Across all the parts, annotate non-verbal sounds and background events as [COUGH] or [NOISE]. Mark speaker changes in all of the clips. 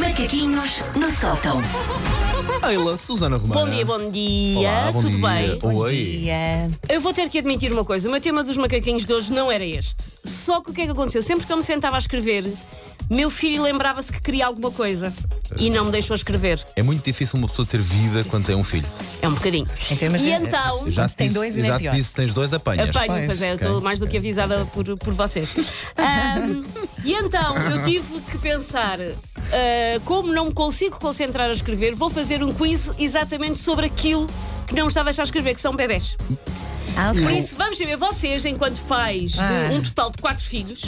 Speaker 1: Macaquinhos no sótão.
Speaker 2: Ayla, Ah, Susana Romana.
Speaker 3: Bom dia, bom dia.
Speaker 2: Olá, bom
Speaker 3: Tudo
Speaker 2: dia.
Speaker 3: bem?
Speaker 2: Oi.
Speaker 4: dia.
Speaker 3: Eu vou ter que admitir uma coisa: o meu tema dos macaquinhos de hoje não era este. Só que o que é que aconteceu? Sempre que eu me sentava a escrever, meu filho lembrava-se que queria alguma coisa e não me deixou escrever.
Speaker 2: É muito difícil uma pessoa ter vida quando tem um filho.
Speaker 3: É um bocadinho.
Speaker 4: Então imagina-
Speaker 3: e então.
Speaker 2: Eu é- Já
Speaker 4: Quando
Speaker 2: te
Speaker 4: tem
Speaker 2: disse,
Speaker 4: dois,
Speaker 2: eu
Speaker 4: ainda
Speaker 2: já
Speaker 4: é
Speaker 2: te
Speaker 4: pior.
Speaker 2: disse, tens dois apanhas.
Speaker 3: Apanho,
Speaker 4: Pois,
Speaker 3: pois é, eu estou
Speaker 2: ok,
Speaker 3: mais do que avisada por, por vocês. Ahm, e então eu tive que pensar: ah, como não me consigo concentrar a escrever, vou fazer um quiz exatamente sobre aquilo que não me está a deixar escrever, que são bebés.
Speaker 4: Ah, ok.
Speaker 3: Por isso, vamos saber, vocês, enquanto pais
Speaker 4: Ah.
Speaker 3: de um total de quatro filhos,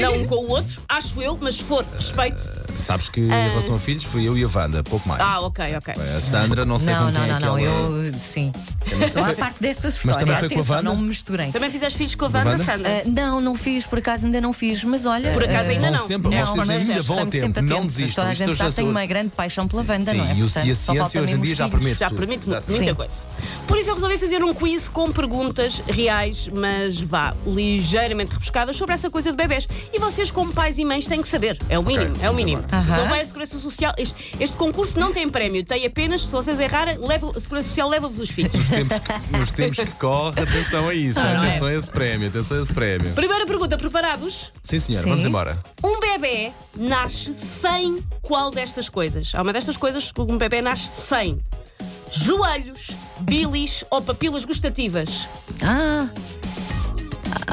Speaker 3: não um com o outro, acho eu, mas se for, respeito.
Speaker 2: Sabes que em relação a filhos fui eu e a Wanda, pouco mais.
Speaker 3: Ah, ok, ok.
Speaker 2: A Sandra, não sei
Speaker 4: Não,
Speaker 2: com quem
Speaker 4: não,
Speaker 2: é
Speaker 4: não,
Speaker 2: que
Speaker 4: não.
Speaker 2: ela-
Speaker 4: Eu sim. Não há parte dessas
Speaker 2: Mas
Speaker 4: histórias.
Speaker 2: também foi com a
Speaker 4: Atenção,
Speaker 2: Wanda?
Speaker 4: não me misturem.
Speaker 3: Também fizeste filhos com a Wanda,
Speaker 2: Wanda?
Speaker 3: Sandra?
Speaker 4: Ah, não, não fiz, por acaso ainda não fiz, mas olha.
Speaker 3: Por acaso
Speaker 4: ah,
Speaker 3: ainda
Speaker 2: vão
Speaker 3: não.
Speaker 2: Sempre,
Speaker 4: Não,
Speaker 2: vocês
Speaker 4: mas
Speaker 2: ainda vão a
Speaker 4: estamos
Speaker 2: tempo,
Speaker 4: sempre
Speaker 2: não
Speaker 4: atentos.
Speaker 2: desistam.
Speaker 4: Toda a
Speaker 2: Isto
Speaker 4: gente
Speaker 2: já
Speaker 4: sabe, tem
Speaker 2: sou-
Speaker 4: uma grande paixão pela Wanda,
Speaker 2: Sim,
Speaker 4: não é?
Speaker 2: e o-
Speaker 4: Portanto,
Speaker 2: e a
Speaker 4: só
Speaker 2: ciência
Speaker 4: faltam
Speaker 2: hoje em
Speaker 4: mesmo
Speaker 2: dia
Speaker 4: os
Speaker 2: já
Speaker 4: filhos.
Speaker 2: permite.
Speaker 3: Já permite mu-
Speaker 2: Sim.
Speaker 3: muita coisa. Por isso eu resolvi fazer um quiz com perguntas reais, mas vá, ligeiramente rebuscadas, sobre essa coisa de bebés. E vocês, como pais e mães, têm que saber. É o mínimo, é o
Speaker 2: vamos
Speaker 3: mínimo.
Speaker 4: Aham.
Speaker 3: Senão vai a Segurança Social. Este, este concurso não tem prémio, tem apenas, se vocês errarem, leva, a Segurança Social leva-vos os filhos.
Speaker 2: [LAUGHS] Nos tempos,
Speaker 4: [LAUGHS]
Speaker 2: que, nos tempos que corre, atenção a isso.
Speaker 4: é?
Speaker 2: atenção a esse prémio, atenção a esse prémio.
Speaker 3: Primeira pergunta, preparados?
Speaker 2: Sim, senhor,
Speaker 4: Sim.
Speaker 2: vamos embora.
Speaker 3: Um bebê nasce sem qual destas coisas? Há uma destas coisas que um bebê nasce sem. Joelhos, bilis ou papilas gustativas?
Speaker 4: Ah,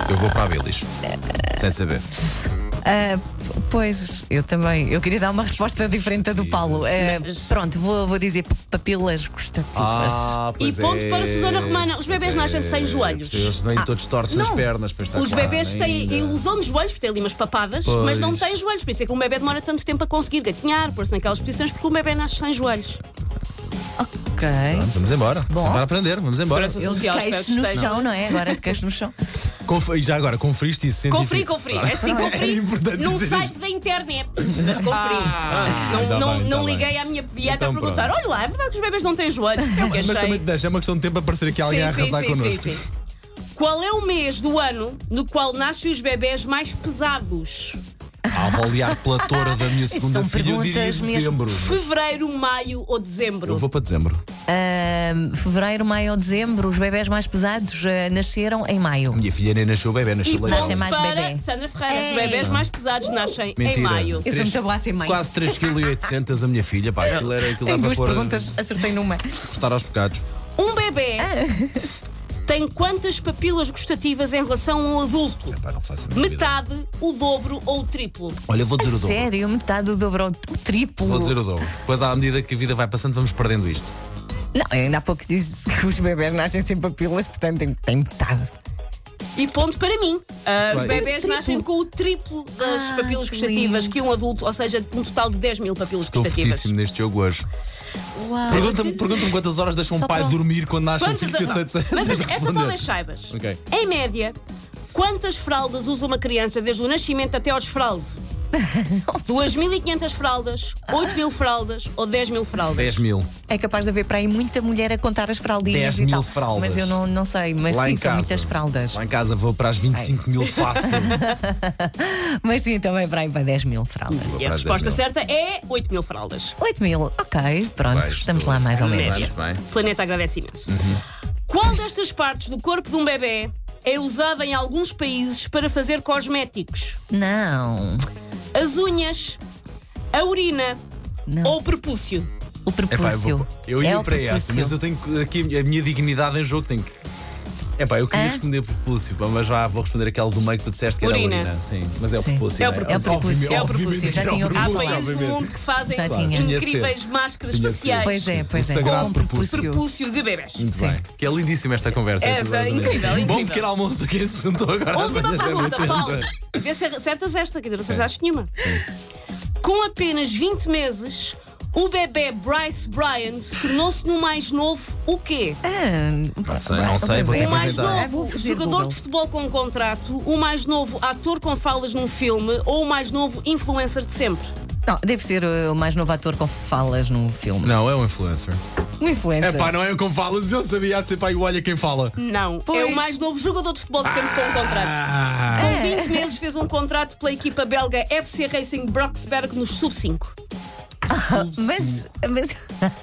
Speaker 2: Eu vou para a Bilis. Sem saber.
Speaker 4: ah, p- pois, eu também. Eu queria dar uma resposta diferente da do Paulo. Ah,
Speaker 3: Mas-
Speaker 4: pronto, vou, vou dizer p- papilas
Speaker 2: Ah,
Speaker 4: gustativas.
Speaker 3: pois E ponto é. para Susana Romana. Os bebés Pois é. nascem sem joelhos. Ah,
Speaker 2: Eles vêm todos tortos nas
Speaker 3: Não.
Speaker 2: pernas. Pois está
Speaker 3: Os
Speaker 2: claro,
Speaker 3: bebês têm
Speaker 2: ainda.
Speaker 3: ilusão de joelhos, porque têm ali umas papadas,
Speaker 2: Pois.
Speaker 3: mas não têm joelhos. Por isso é que um bebê demora tanto tempo a conseguir gatinhar, pôr-se naquelas posições, porque um bebê nasce sem joelhos.
Speaker 4: Ok.
Speaker 2: Vamos embora.
Speaker 4: Bom.
Speaker 2: Sempre a aprender, vamos embora.
Speaker 3: Segurança
Speaker 4: Eu de
Speaker 3: social, espero
Speaker 4: queixo
Speaker 3: que
Speaker 4: no
Speaker 3: esteja.
Speaker 4: chão, não é? Agora de queixo no chão.
Speaker 2: Conf- e já agora, conferiste isso
Speaker 3: Conferi,
Speaker 2: científico?
Speaker 3: conferi. É
Speaker 2: [LAUGHS]
Speaker 3: assim,
Speaker 2: É
Speaker 3: conferi.
Speaker 2: importante
Speaker 3: Não
Speaker 2: dizer
Speaker 3: sais da internet, mas conferi.
Speaker 2: Ah,
Speaker 3: não
Speaker 2: tá
Speaker 3: não,
Speaker 2: bem,
Speaker 3: não
Speaker 2: tá bem.
Speaker 3: liguei à minha pediatra
Speaker 2: Então
Speaker 3: a perguntar:
Speaker 2: pronto.
Speaker 3: olha lá, é verdade que os bebês não têm joelhos. Eu que
Speaker 2: Mas
Speaker 3: achei.
Speaker 2: também te deixa, é uma questão de tempo a aparecer aqui alguém a arrasar connosco.
Speaker 3: sim, sim. Qual é o mês do ano no qual nascem os bebés mais pesados?
Speaker 2: A avaliar pela tora da
Speaker 4: [LAUGHS]
Speaker 2: minha segunda
Speaker 4: são
Speaker 2: filha, eu diria
Speaker 4: perguntas mesmo.
Speaker 2: dezembro.
Speaker 3: Fevereiro, maio ou dezembro?
Speaker 2: Eu vou para dezembro.
Speaker 4: Ah, fevereiro, maio ou dezembro, os bebés mais pesados ah, nasceram em maio.
Speaker 2: Minha filha nem nasceu bebê,
Speaker 3: E
Speaker 2: nasceu legal.
Speaker 3: ponto
Speaker 4: Nascem mais É.
Speaker 3: para
Speaker 4: bebê.
Speaker 3: Sandra Ferreira. Os
Speaker 4: Ei.
Speaker 3: bebés mais pesados nascem em
Speaker 2: Mentira.
Speaker 3: maio.
Speaker 2: Eu sou muito
Speaker 4: boa a ser mãe.
Speaker 2: Quase 3,8 kg a minha filha,
Speaker 3: [LAUGHS]
Speaker 2: pá, aquilo era aquilo dava para [LAUGHS]
Speaker 4: acertei numa.
Speaker 2: cortar aos bocados.
Speaker 3: Um
Speaker 4: [LAUGHS]
Speaker 3: bebê tem quantas papilas gustativas em relação a um adulto?
Speaker 2: Pá, não faço a minha vida.
Speaker 3: Metade, o dobro ou o triplo?
Speaker 2: Olha, eu vou dizer o dobro.
Speaker 4: Sério, metade do dobro, o triplo.
Speaker 2: Vou dizer o dobro. Pois à medida que a vida vai passando, vamos perdendo isto.
Speaker 4: Não, ainda há pouco disse [LAUGHS] que os bebés nascem sem papilas, portanto tem, tem metade.
Speaker 3: E ponto para mim. Ah, os
Speaker 2: Bem.
Speaker 3: bebés nascem com o triplo das
Speaker 4: Ah,
Speaker 3: papilas
Speaker 4: que
Speaker 3: gustativas
Speaker 4: lindo.
Speaker 3: que um adulto, ou seja, um total de 10 mil papilas
Speaker 2: Estou
Speaker 3: gustativas.
Speaker 2: fortíssimo neste jogo hoje.
Speaker 4: Uau.
Speaker 2: Pergunta-me pergunta quantas horas deixa um
Speaker 4: Só
Speaker 2: pai
Speaker 4: para-
Speaker 2: dormir quando nasce um
Speaker 3: Quantas-
Speaker 2: filho que eu sei de sei [LAUGHS]
Speaker 3: Mas
Speaker 2: de
Speaker 3: esta, esta
Speaker 2: responder.
Speaker 3: talvez saibas.
Speaker 2: Ok.
Speaker 3: Em média, quantas fraldas usa uma criança desde o nascimento até ao desfralde?
Speaker 4: [LAUGHS]
Speaker 3: 2.500 fraldas, 8.000 fraldas ou 10.000 fraldas?
Speaker 2: 10 mil.
Speaker 4: É capaz de haver para aí muita mulher a contar as fraldinhas.
Speaker 2: 10
Speaker 4: e
Speaker 2: mil
Speaker 4: tal.
Speaker 2: fraldas.
Speaker 4: Mas eu não, não sei, mas
Speaker 2: Lá
Speaker 4: sim,
Speaker 2: em
Speaker 4: são
Speaker 2: casa.
Speaker 4: muitas fraldas.
Speaker 2: Lá em casa vou para as 25 mil
Speaker 4: [LAUGHS]
Speaker 2: fácil.
Speaker 4: Mas sim, também para aí para 10 mil fraldas.
Speaker 3: E a
Speaker 2: Para as
Speaker 3: resposta
Speaker 2: 10.000.
Speaker 3: certa é 8.000 fraldas.
Speaker 4: 8 mil, ok, pronto,
Speaker 2: Vai,
Speaker 4: estamos
Speaker 2: estou-
Speaker 4: lá mais ou menos.
Speaker 2: Vamos bem.
Speaker 3: O planeta agradece imenso.
Speaker 2: Uhum.
Speaker 3: Qual destas partes do corpo de um bebê é usada em alguns países para fazer cosméticos?
Speaker 4: Não,
Speaker 3: As unhas, a urina
Speaker 4: Não.
Speaker 3: ou o prepúcio?
Speaker 4: o
Speaker 2: Epá, eu,
Speaker 4: prepúcio.
Speaker 2: vou- eu ia
Speaker 4: é o
Speaker 2: para essa,
Speaker 4: prepúcio.
Speaker 2: mas eu tenho que- aqui a minha dignidade em jogo tem que. Epá, eu queria
Speaker 4: Hã?
Speaker 2: responder propúcio, pá, mas já vou responder aquele do meio que tu disseste que
Speaker 3: Urina.
Speaker 2: era a urina. Sim, mas é o
Speaker 4: Sim.
Speaker 2: propúcio.
Speaker 3: É o
Speaker 2: não
Speaker 4: É o prepúcio,
Speaker 2: Obviamente-
Speaker 4: é o prepúcio.
Speaker 2: obviamente
Speaker 4: Já
Speaker 2: que é o
Speaker 4: tinha
Speaker 3: Há
Speaker 4: ouvido
Speaker 2: prepúcio.
Speaker 4: falar.
Speaker 3: países no mundo que fazem
Speaker 4: Já tinha.
Speaker 2: Tinha de
Speaker 3: incríveis
Speaker 2: ser.
Speaker 3: máscaras
Speaker 2: Tinha de ser.
Speaker 3: faciais.
Speaker 4: Pois é, pois
Speaker 2: O
Speaker 4: é.
Speaker 2: sagrado
Speaker 4: Com
Speaker 2: prepúcio.
Speaker 3: Prepúcio de bebés.
Speaker 2: Muito bem. Que é lindíssima esta conversa.
Speaker 3: É,
Speaker 2: estas
Speaker 3: tá
Speaker 2: horas da manhã.
Speaker 3: incrível,
Speaker 2: Bom
Speaker 3: incrível.
Speaker 2: pequeno almoço que se juntou agora. às
Speaker 3: Última
Speaker 2: manhãs, é
Speaker 3: pergunta,
Speaker 2: muito É.
Speaker 3: Paulo.
Speaker 2: interessante.
Speaker 3: Vê se é acertas esta, quer dizer, não acertaste nenhuma. Com apenas 20 meses, o bebê Bryce Bryan se tornou-se no mais novo o quê?
Speaker 4: Ah,
Speaker 2: não sei, É vou ter que
Speaker 3: O mais
Speaker 2: inventar.
Speaker 4: Ah, vou
Speaker 3: novo
Speaker 4: fazer
Speaker 3: É, jogador
Speaker 4: Google.
Speaker 3: de futebol com contrato, o mais novo ator com falas num filme ou o mais novo influencer de sempre?
Speaker 4: Não, deve ser uh, o mais novo ator com falas num filme.
Speaker 2: Não, é um influencer.
Speaker 4: Um influencer.
Speaker 2: É pá, não é eu como falas, eu sabia há de ser pá, e olha quem fala.
Speaker 3: Não, é o mais novo jogador de futebol de sempre com um É, contrato.
Speaker 2: Ah,
Speaker 3: Com 20 meses fez um contrato pela equipa belga FC Racing Broxberg nos sub 5.
Speaker 4: Mas,
Speaker 3: [LAUGHS]
Speaker 4: mas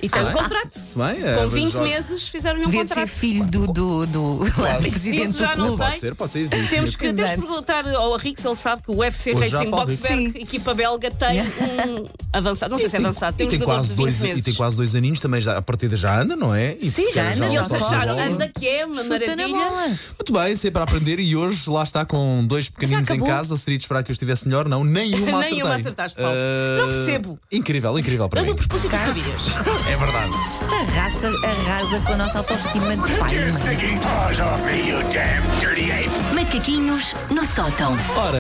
Speaker 3: E tem um
Speaker 2: Ah,
Speaker 3: contrato.
Speaker 2: Bem, é,
Speaker 3: Com
Speaker 2: mas
Speaker 3: 20
Speaker 2: já-
Speaker 3: meses fizeram-lhe um
Speaker 4: devia de ser
Speaker 3: contrato.
Speaker 4: filho do, do, do,
Speaker 2: Claro.
Speaker 4: [LAUGHS] presidente
Speaker 3: Isso já
Speaker 4: do
Speaker 3: não
Speaker 4: clube.
Speaker 3: sei.
Speaker 2: Pode ser, pode ser. sim,
Speaker 3: Temos
Speaker 2: sim.
Speaker 3: que, temos
Speaker 4: Exato.
Speaker 3: que perguntar ao Rick se ele sabe que o UFC
Speaker 2: Hoje já
Speaker 3: Racing
Speaker 2: pode.
Speaker 3: Boxberg, equipa belga, tem um avançado. Não sei se é avançado,
Speaker 2: E
Speaker 3: tem um
Speaker 2: tem,
Speaker 3: jogador
Speaker 2: quase
Speaker 3: de 20
Speaker 2: dois, e
Speaker 3: meses.
Speaker 2: tem quase dois aninhos também, já, a partida já anda, não é? E se
Speaker 4: Sim, já
Speaker 2: calhar
Speaker 4: anda,
Speaker 3: Eles
Speaker 4: já
Speaker 2: lança a
Speaker 3: acharam,
Speaker 2: bola.
Speaker 3: anda que é uma
Speaker 4: Chuta na
Speaker 3: maravilha.
Speaker 4: bola.
Speaker 2: Muito bem, sei para aprender e hoje lá está com dois pequeninos
Speaker 4: Já
Speaker 2: em
Speaker 4: acabou?
Speaker 2: casa. Seria de esperar que eu estivesse melhor? Não, nenhuma acertei.
Speaker 3: [LAUGHS] Nenhuma acertaste, Paulo.
Speaker 2: Ah,
Speaker 3: Não percebo.
Speaker 2: Incrível, incrível para
Speaker 3: Eu
Speaker 2: mim.
Speaker 3: dou propósito que sabias.
Speaker 2: É verdade.
Speaker 4: Esta raça arrasa com a nossa autoestima de pai.
Speaker 1: Get your
Speaker 4: mãe.
Speaker 1: stinking paws off me, you damn dirty ape!
Speaker 5: Macaquinhos no sótão.
Speaker 2: Ora,